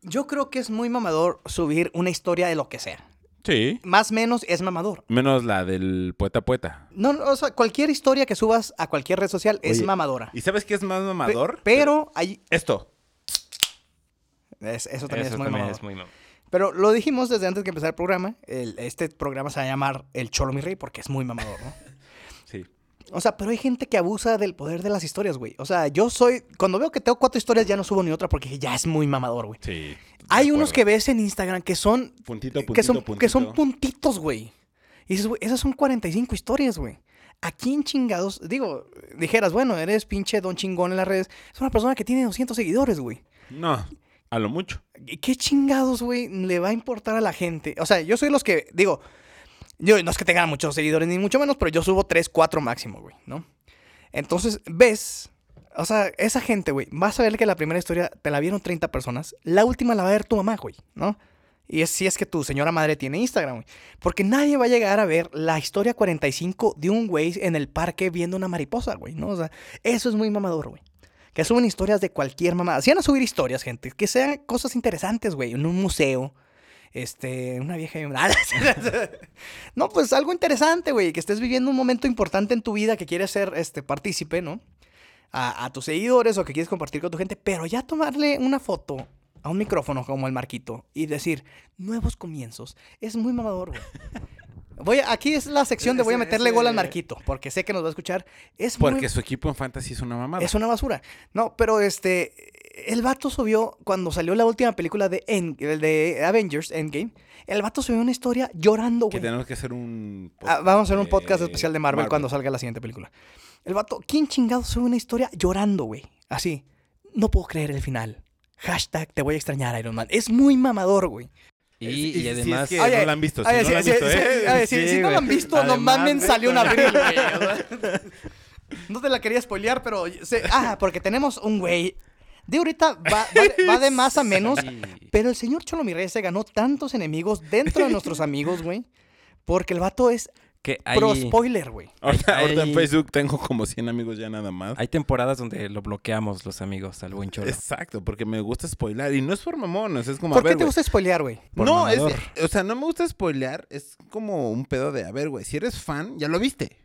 Speaker 1: Yo creo que es muy mamador subir una historia de lo que sea.
Speaker 2: Sí.
Speaker 1: más menos es mamador.
Speaker 2: Menos la del poeta poeta.
Speaker 1: No, no, o sea, cualquier historia que subas a cualquier red social es
Speaker 2: Oye,
Speaker 1: mamadora.
Speaker 2: ¿Y sabes qué es más
Speaker 1: Pe-
Speaker 2: mamador?
Speaker 1: Pero hay...
Speaker 2: Esto.
Speaker 1: es- eso también es muy
Speaker 3: también
Speaker 1: mamador.
Speaker 3: es muy mamador.
Speaker 1: Pero lo dijimos desde antes que empezara el programa. el- este programa se va a llamar El Cholo Mi Rey porque es muy mamador, ¿no?
Speaker 2: Sí.
Speaker 1: O sea, pero hay gente que abusa del poder de las historias, güey. O sea, yo soy... Cuando veo que tengo cuatro historias ya no subo ni otra porque ya es muy mamador, güey.
Speaker 2: Sí.
Speaker 1: Hay
Speaker 2: de
Speaker 1: unos
Speaker 2: acuerdo.
Speaker 1: que ves en Instagram que son...
Speaker 2: Puntito, puntito,
Speaker 1: que, son
Speaker 2: puntito.
Speaker 1: que son puntitos, güey. Y dices, güey, esas son 45 historias, güey. ¿A quién chingados? Digo, dijeras, bueno, eres pinche don chingón en las redes. Es una persona que tiene 200 seguidores, güey.
Speaker 2: No, a lo mucho.
Speaker 1: ¿Y ¿Qué chingados, güey, le va a importar a la gente? O sea, yo soy los que, digo, yo no es que tenga muchos seguidores, ni mucho menos, pero yo subo 3, 4 máximo, güey, ¿no? Entonces, ves, o sea, esa gente, güey, vas a ver que la primera historia te la vieron 30 personas, la última la va a ver tu mamá, güey, ¿no? Y es si es que tu señora madre tiene Instagram, güey. Porque nadie va a llegar a ver la historia 45 de un güey en el parque viendo una mariposa, güey, ¿no? O sea, eso es muy mamador, güey. Que suben historias de cualquier mamada. Si van a subir historias, gente, que sean cosas interesantes, güey, en un museo. Este, una vieja. no, pues algo interesante, güey. Que estés viviendo un momento importante en tu vida que quieres ser este, partícipe, ¿no? A, a tus seguidores o que quieres compartir con tu gente. Pero ya tomarle una foto a un micrófono como el Marquito y decir nuevos comienzos es muy mamador, güey. Voy, a- aquí es la sección de voy a
Speaker 2: Ese-
Speaker 1: meterle gol al
Speaker 2: ese-
Speaker 1: Marquito, porque sé que nos va a escuchar. Es muy
Speaker 2: Porque su equipo en fantasy es una mamada.
Speaker 1: es una basura. No, pero este. El vato subió, cuando salió la última película de, End- el de Avengers Endgame, el vato subió una historia llorando,
Speaker 2: Que
Speaker 1: güey.
Speaker 2: tenemos que hacer un...
Speaker 1: Ah, vamos a hacer un
Speaker 2: de
Speaker 1: podcast especial de Marvel, cuando salga la siguiente película. El vato, ¿quién chingado sube una historia llorando, güey? Así. No puedo creer el final. Hashtag te voy a extrañar, Iron Man. Es muy mamador, güey.
Speaker 3: Y,
Speaker 2: Y-
Speaker 3: y
Speaker 2: y si es
Speaker 3: además...
Speaker 2: que- no la han visto, si
Speaker 1: oye,
Speaker 2: no la han
Speaker 1: si-
Speaker 2: visto,
Speaker 1: si-
Speaker 2: ¿eh?
Speaker 1: oye, si-
Speaker 3: Sí,
Speaker 1: si no la han
Speaker 3: güey.
Speaker 1: visto, no
Speaker 2: Además,
Speaker 1: mamen,
Speaker 2: güey,
Speaker 1: salió en
Speaker 2: no la-
Speaker 1: abril, güey. O sea, No te la quería spoilear, pero... se- ah, porque tenemos un güey... De ahorita va, va- va de más a menos,
Speaker 3: Sí.
Speaker 1: pero el señor Cholo Mirrey se ganó tantos enemigos dentro de nuestros amigos, güey. Porque el vato es
Speaker 3: que hay,
Speaker 1: pro spoiler, güey.
Speaker 2: Ahorita, ahorita en
Speaker 3: Ay.
Speaker 2: Facebook tengo como 100 amigos ya nada más.
Speaker 3: hay temporadas donde lo bloqueamos los amigos al buen cholo.
Speaker 2: Exacto, porque me gusta spoilar. Y no es por mamones, es como... a
Speaker 1: ¿Por qué
Speaker 2: ver,
Speaker 1: te
Speaker 2: güey,
Speaker 1: gusta spoilear, güey?
Speaker 3: Por
Speaker 2: no, es,
Speaker 3: mamador.
Speaker 2: o sea, no me gusta spoilear. Es como un pedo de, a ver, güey, si eres fan, ya lo viste.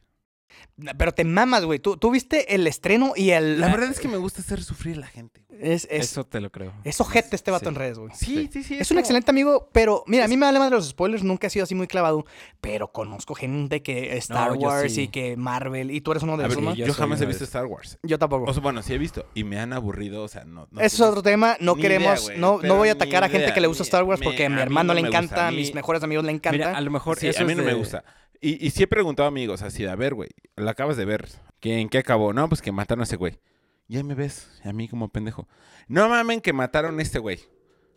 Speaker 1: Pero te mamas, güey. Tú, tú viste el estreno y el...
Speaker 2: La verdad es que me gusta hacer sufrir a la gente. güey.
Speaker 1: Es, es,
Speaker 3: Eso te lo creo.
Speaker 1: es ojete este vato
Speaker 3: Sí.
Speaker 1: en redes, güey.
Speaker 2: Sí, sí, sí.
Speaker 1: Es un
Speaker 2: como-
Speaker 1: excelente amigo, pero mira, a mí me vale madre los spoilers, nunca he sido así muy clavado, pero conozco gente que Star
Speaker 3: No, yo
Speaker 1: Wars
Speaker 3: sí.
Speaker 1: y que Marvel, y tú eres uno de
Speaker 2: A ver,
Speaker 1: esos, ¿no?
Speaker 2: yo,
Speaker 1: Yo,
Speaker 3: soy
Speaker 2: jamás he
Speaker 3: uno de
Speaker 2: visto
Speaker 3: esos.
Speaker 2: Star Wars.
Speaker 1: tampoco.
Speaker 2: O sea, bueno, sí he visto. Y me han aburrido, o sea, no. pues, no
Speaker 1: Ese es
Speaker 2: tienes-
Speaker 1: otro tema, no
Speaker 2: Ni idea,
Speaker 1: queremos,
Speaker 2: güey,
Speaker 1: no, no
Speaker 2: pero
Speaker 1: voy a
Speaker 2: ni
Speaker 1: atacar a gente
Speaker 2: idea,
Speaker 1: que le gusta
Speaker 2: ni-
Speaker 1: Star Wars
Speaker 2: me-
Speaker 1: porque a mi
Speaker 2: a mí
Speaker 1: hermano
Speaker 2: no
Speaker 1: le
Speaker 2: me gusta, a
Speaker 1: encanta, a
Speaker 2: mí-
Speaker 1: mis mejores amigos le encanta.
Speaker 3: Mira, a lo mejor
Speaker 2: Sí,
Speaker 3: eso
Speaker 2: a mí
Speaker 3: es
Speaker 2: no me
Speaker 3: de-
Speaker 2: gusta. Y, y sí he preguntado a amigos, así, a ver, güey, la acabas de ver. ¿Qué, ¿En qué acabó? No, pues que mataron a ese güey. Y ahí me ves, a mí como pendejo. No mamen que mataron a este güey.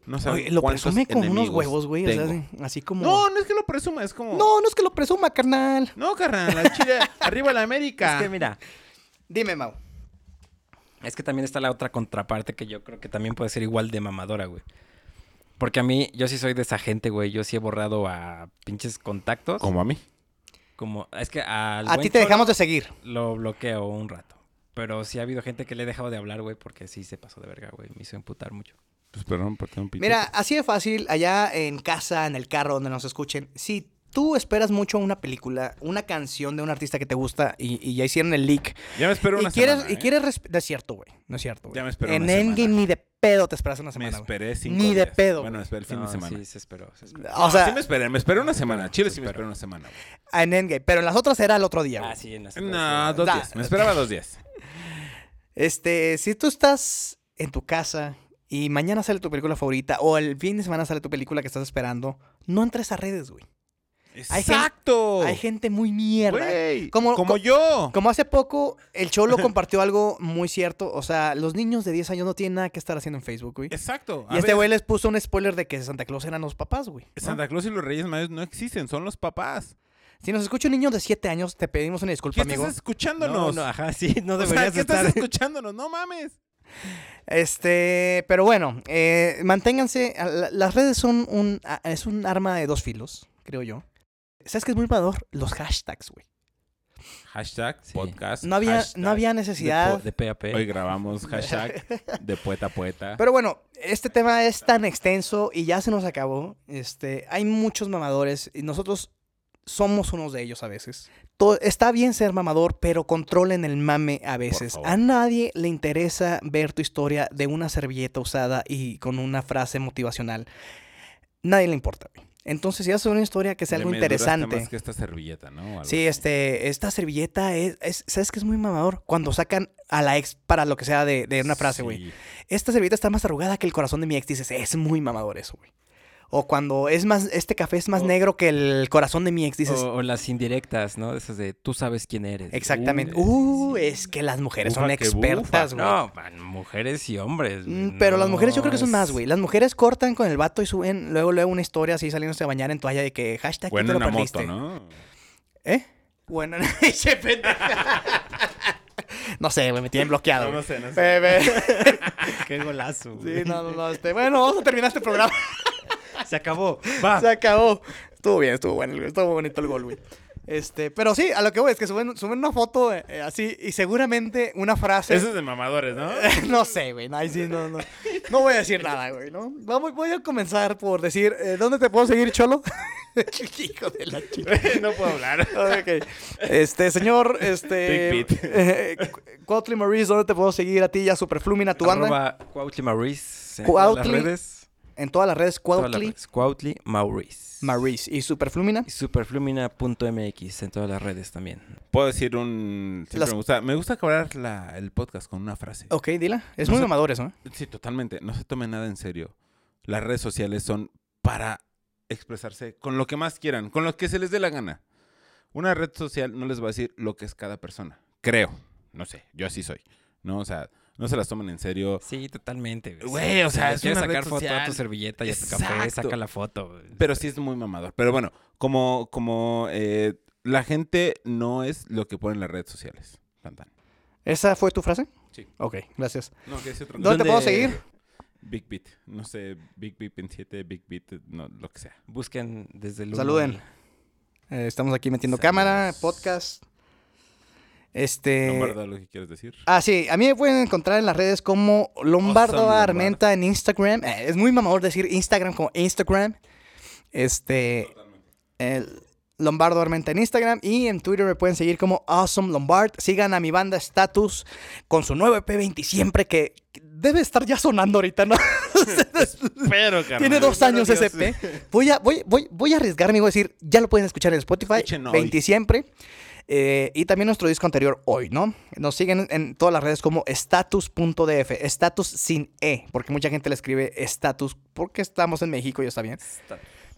Speaker 2: No saben
Speaker 1: Oye, lo
Speaker 2: cuántos
Speaker 1: presume con unos
Speaker 2: enemigos
Speaker 1: huevos, güey, o sea,
Speaker 2: tengo.
Speaker 1: así como...
Speaker 2: No, no es que lo presuma, es como...
Speaker 1: no, no es que lo presuma, carnal.
Speaker 2: No, carnal, al Chile, arriba la América.
Speaker 3: Es que mira,
Speaker 1: Dime, Mau.
Speaker 3: es que también está la otra contraparte que yo creo que también puede ser igual de mamadora, güey. Porque a mí, yo sí soy de esa gente, güey. Yo sí he borrado a pinches contactos.
Speaker 2: Como a mí.
Speaker 3: Como, es que al
Speaker 1: A
Speaker 3: buen
Speaker 1: ti te
Speaker 3: Cholo
Speaker 1: dejamos de seguir.
Speaker 3: Lo bloqueo un rato. Pero sí ha habido gente que le he dejado de hablar, güey, porque sí se pasó de verga, güey. Me hizo emputar mucho.
Speaker 2: Pues perdón, por tener un pito.
Speaker 1: Mira, así de fácil, allá en casa, en el carro, donde nos escuchen, si tú esperas mucho una película, una canción de un artista que te gusta y, y ya hicieron el leak,
Speaker 2: Ya me espero
Speaker 1: y
Speaker 2: una
Speaker 1: quieres,
Speaker 2: semana,
Speaker 1: y
Speaker 2: ¿eh?
Speaker 1: quieres resp- no es cierto, güey, no es cierto, güey.
Speaker 2: Ya me espero
Speaker 1: En
Speaker 2: una
Speaker 1: Endgame
Speaker 2: semana.
Speaker 1: ni de pedo te esperas una
Speaker 2: Me
Speaker 1: semana, güey.
Speaker 2: esperé cinco
Speaker 1: Ni de
Speaker 2: días.
Speaker 1: pedo,
Speaker 2: Bueno,
Speaker 1: güey.
Speaker 2: me esperé el fin
Speaker 3: No,
Speaker 2: de semana.
Speaker 3: Sí, se esperó. se esperó.
Speaker 1: O sea,
Speaker 2: sí me esperé, me esperé una semana. Chile sí me esperé
Speaker 3: Espero.
Speaker 2: una semana. güey.
Speaker 1: en Endgame, pero en las otras era el otro día, güey.
Speaker 3: Ah, sí, en la
Speaker 2: No, dos
Speaker 1: Da-
Speaker 2: días. Me esperaba dos días.
Speaker 1: Este, si tú estás en tu casa y mañana sale tu película favorita o el fin de semana sale tu película que estás esperando, no entres a redes, güey. Hay gen-
Speaker 2: Exacto.
Speaker 1: Hay gente muy mierda.
Speaker 2: Oh.
Speaker 1: ¿eh?
Speaker 2: Güey,
Speaker 1: Como-
Speaker 2: como,
Speaker 1: co-
Speaker 2: yo.
Speaker 1: Como hace poco, el Cholo compartió algo muy cierto. O sea, los niños de 10 años no tienen nada que estar haciendo en Facebook, güey.
Speaker 2: Exacto.
Speaker 1: Y
Speaker 2: A
Speaker 1: este
Speaker 2: ver,
Speaker 1: güey les puso un spoiler de que Santa Claus eran los papás, güey. ¿no?
Speaker 2: Santa Claus y los Reyes Magos no existen, son los papás.
Speaker 1: Si nos escucha un niño de 7 años, te pedimos una disculpa,
Speaker 2: ¿Qué
Speaker 1: amigo.
Speaker 2: estás escuchándonos?
Speaker 3: No, no, ajá, sí, no
Speaker 2: o sea,
Speaker 3: deberías
Speaker 2: ¿qué
Speaker 3: estar.
Speaker 2: estás escuchándonos? No mames.
Speaker 1: Este, pero bueno, eh, manténganse. a la- Las redes son un, a- es un arma de dos filos, creo yo. ¿Sabes qué es muy valor? Los hashtags, güey.
Speaker 2: Hashtag
Speaker 3: Sí.
Speaker 2: podcast.
Speaker 1: No había,
Speaker 2: hashtag
Speaker 1: no había
Speaker 3: De,
Speaker 1: necesidad.
Speaker 3: po- de PAP.
Speaker 2: Hoy grabamos hashtag de poeta a poeta.
Speaker 1: Pero bueno, este tema es tan extenso y ya se nos acabó. Este, hay muchos mamadores y nosotros somos unos de ellos a veces. To- está bien ser mamador, pero controlen el mame a veces.
Speaker 2: favor.
Speaker 1: A nadie le interesa ver tu historia de una servilleta usada y con una frase motivacional. Nadie le importa. güey. Entonces, si haces una historia que sea algo
Speaker 2: Me duraste
Speaker 1: interesante.
Speaker 2: más que esta servilleta, ¿no? O algo
Speaker 1: Sí,
Speaker 2: así.
Speaker 1: este, esta servilleta es, es- ¿sabes qué es muy mamador? Cuando sacan a la ex para lo que sea de, de una frase, güey
Speaker 2: Sí.
Speaker 1: esta servilleta está más arrugada que el corazón de mi ex. Dices, es muy mamador eso, güey. O cuando es más, este café es más
Speaker 2: Oh.
Speaker 3: O-
Speaker 1: negro que el corazón de mi ex. Dices,
Speaker 3: o, o las indirectas, ¿no? Esas de tú sabes quién eres.
Speaker 1: exactamente.
Speaker 3: Uh,
Speaker 1: Uh,
Speaker 3: sí, sí.
Speaker 1: es que las mujeres
Speaker 2: Ufa,
Speaker 1: son
Speaker 2: que
Speaker 1: expertas, güey.
Speaker 3: No, man, mujeres y hombres. güey,
Speaker 1: Mm, Pero las mujeres yo
Speaker 3: no,
Speaker 1: creo que son
Speaker 3: es-
Speaker 1: más, güey. Las mujeres cortan con el vato y suben luego luego una historia así saliéndose a bañar en toalla de que hashtag tú
Speaker 2: Bueno,
Speaker 1: te
Speaker 2: en
Speaker 1: lo
Speaker 2: una moto,
Speaker 1: perdiste.
Speaker 2: ¿no?
Speaker 1: ¿Eh? Bueno, ese pendejo. No sé, güey, me tienen bloqueado.
Speaker 2: No, no
Speaker 1: güey.
Speaker 2: sé, no sé.
Speaker 1: Ve, ve.
Speaker 4: Qué golazo.
Speaker 1: Sí, no, no, no, este, bueno, vamos a terminar este programa.
Speaker 4: Se acabó. Va.
Speaker 1: Se acabó. Estuvo bien, estuvo bueno, el gol, estuvo bonito el gol, güey. Este, pero sí, a lo que voy es que suben, suben una foto eh, así y seguramente una frase.
Speaker 2: Eso es de mamadores, ¿no?
Speaker 1: no sé, güey. No, ahí sí, no, no. No voy a decir nada, güey, ¿no? Vamos, voy a comenzar por decir, eh, ¿dónde te puedo seguir, Cholo? Hijo de la chica.
Speaker 2: no puedo hablar.
Speaker 1: Ok. Este, señor, este.
Speaker 2: Big Pete.
Speaker 1: eh, Cu- Cuautli Maurice, ¿dónde te puedo seguir a ti y a Superflumina, tu banda?
Speaker 3: Arroba Cuautli Maurice. En todas las
Speaker 1: Cuautli
Speaker 3: redes.
Speaker 1: En todas las redes,
Speaker 3: todas las
Speaker 1: Cuautli
Speaker 3: redes. Cuautli Maurice.
Speaker 1: Maurice. ¿Y Superflumina?
Speaker 3: Y superflumina.mx en todas las redes también.
Speaker 2: Puedo decir un. Siempre
Speaker 1: Las-
Speaker 2: me gusta. Me gusta acabar la- el podcast con una frase.
Speaker 1: Ok, dila. Es
Speaker 2: No
Speaker 1: muy ¿eh?
Speaker 2: sé.
Speaker 1: mamadores, ¿no?
Speaker 2: Sí, totalmente. No se tome nada en serio. Las redes sociales son para expresarse con lo que más quieran, con lo que se les dé la gana. Una red social no les va a decir lo que es cada persona. Creo. No sé. Yo así soy. No, o sea, no se las tomen en serio.
Speaker 3: Sí, totalmente.
Speaker 2: Güey, o sea,
Speaker 3: le
Speaker 2: es
Speaker 3: quieres
Speaker 2: una red
Speaker 3: sacar foto a
Speaker 2: social.
Speaker 3: tu servilleta y a tu café,
Speaker 2: Exacto.
Speaker 3: saca la foto. güey.
Speaker 2: Pero sí es muy mamador. Pero bueno, como, como eh, la gente no es lo que pone en las redes sociales. Tan, tan.
Speaker 1: ¿Esa fue tu frase?
Speaker 2: Sí.
Speaker 1: Ok, gracias.
Speaker 2: No, que es otro.
Speaker 1: ¿Dónde te puedo seguir?
Speaker 2: Big Beat. No sé, Big Beat 27, Big Beat, no, lo que sea.
Speaker 3: Busquen desde el uno
Speaker 1: Saluden.
Speaker 3: al-
Speaker 1: Eh, estamos aquí metiendo
Speaker 3: Saludos.
Speaker 1: cámara, podcast. Este.
Speaker 2: Lombardo, lo que quieres decir.
Speaker 1: Ah, sí, a mí me pueden encontrar en las redes como Lombardo
Speaker 2: Awesome Lombardo.
Speaker 1: Armenta en Instagram. Eh, es muy mamador decir Instagram como Instagram. Este. el Lombardo Armenta en Instagram. Y en Twitter me pueden seguir como Awesome Lombard. Sigan a mi banda Status con su nuevo EP20 siempre que que debe estar ya sonando ahorita, ¿no?
Speaker 2: Pero, carnal.
Speaker 1: Tiene dos años ese
Speaker 2: Dios.
Speaker 1: EP. Voy a, voy, voy, voy a arriesgarme y voy a decir, ya lo pueden escuchar en Spotify,
Speaker 2: Escuchen hoy.
Speaker 1: 20 siempre. Eh, y también nuestro disco anterior hoy, ¿no? Nos siguen en todas las redes como status.df, status sin E, porque mucha gente le escribe status porque estamos en México y está bien.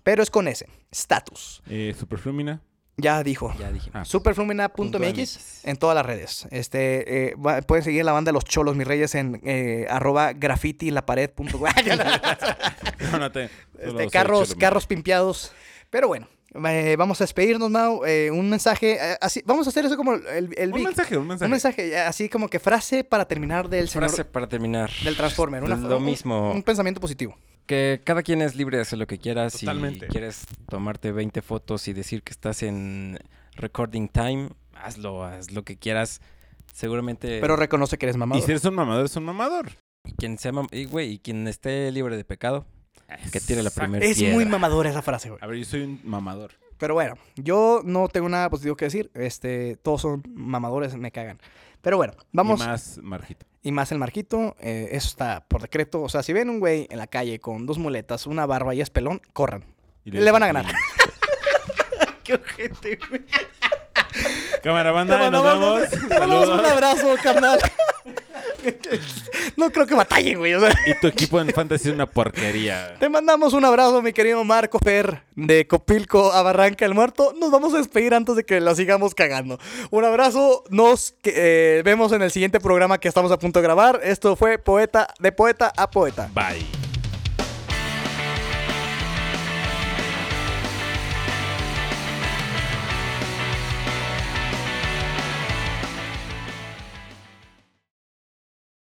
Speaker 1: Pero es con S, status.
Speaker 2: Eh, Superflumina.
Speaker 1: Ya dijo.
Speaker 3: Ya dijimos.
Speaker 2: Ah.
Speaker 3: Punto
Speaker 1: Superflumina.mx
Speaker 3: MX.
Speaker 1: en todas las redes. Este, eh, va- pueden seguir la banda Los Cholos Mis Reyes en eh, arroba graffiti la pared punto-
Speaker 2: No, no te. solo
Speaker 1: Este,
Speaker 2: soy
Speaker 1: carros,
Speaker 2: Cholo.
Speaker 1: carros pimpeados. Pero bueno, eh, vamos a despedirnos, Mau. Eh, un mensaje, eh, así, vamos a hacer eso como el, el Vic.
Speaker 2: Un mensaje, un mensaje.
Speaker 1: Un mensaje, eh, así como que frase para terminar del señor,
Speaker 3: Frase para terminar.
Speaker 1: del Transformer. Una,
Speaker 3: Lo
Speaker 1: un-
Speaker 3: mismo.
Speaker 1: Un, pensamiento positivo.
Speaker 3: Que cada quien es libre de hacer lo que quiera. Si
Speaker 2: Totalmente.
Speaker 3: quieres tomarte 20 fotos y decir que estás en recording time, hazlo, haz lo que quieras. Seguramente
Speaker 1: Pero reconoce que eres mamado.
Speaker 2: Eh, Y si eres un mamador, es un mamador.
Speaker 3: quien sea mam- y, güey, y quien esté libre de pecado, que tire la
Speaker 2: Exacto.
Speaker 3: primera
Speaker 1: Es
Speaker 3: piedra.
Speaker 1: muy mamadora esa frase, güey.
Speaker 2: A ver, yo soy un mamador.
Speaker 1: Pero bueno, yo no tengo nada positivo que decir. Este, todos son mamadores, me cagan. Pero bueno, vamos.
Speaker 2: Y más marjito.
Speaker 1: Y más el marquito, eh, eso está por decreto. O sea, si ven un güey en la calle con dos muletas, una barba y es pelón, corran.
Speaker 2: Y
Speaker 1: Le van a ganar. Te
Speaker 2: Cámara banda, nos
Speaker 1: mandamos-
Speaker 2: vamos.
Speaker 1: te mandamos un
Speaker 2: Saludos.
Speaker 1: abrazo, carnal. No creo que batallen, güey. o sea,
Speaker 2: Y tu equipo en fantasy es una porquería.
Speaker 1: te mandamos un abrazo, mi querido Marco Fer, de Copilco a Barranca el Muerto. Nos vamos a despedir antes de que la sigamos cagando. Un abrazo, nos eh, vemos en el siguiente programa que estamos a punto de grabar. Esto fue Poeta de Poeta a Poeta.
Speaker 2: Bye.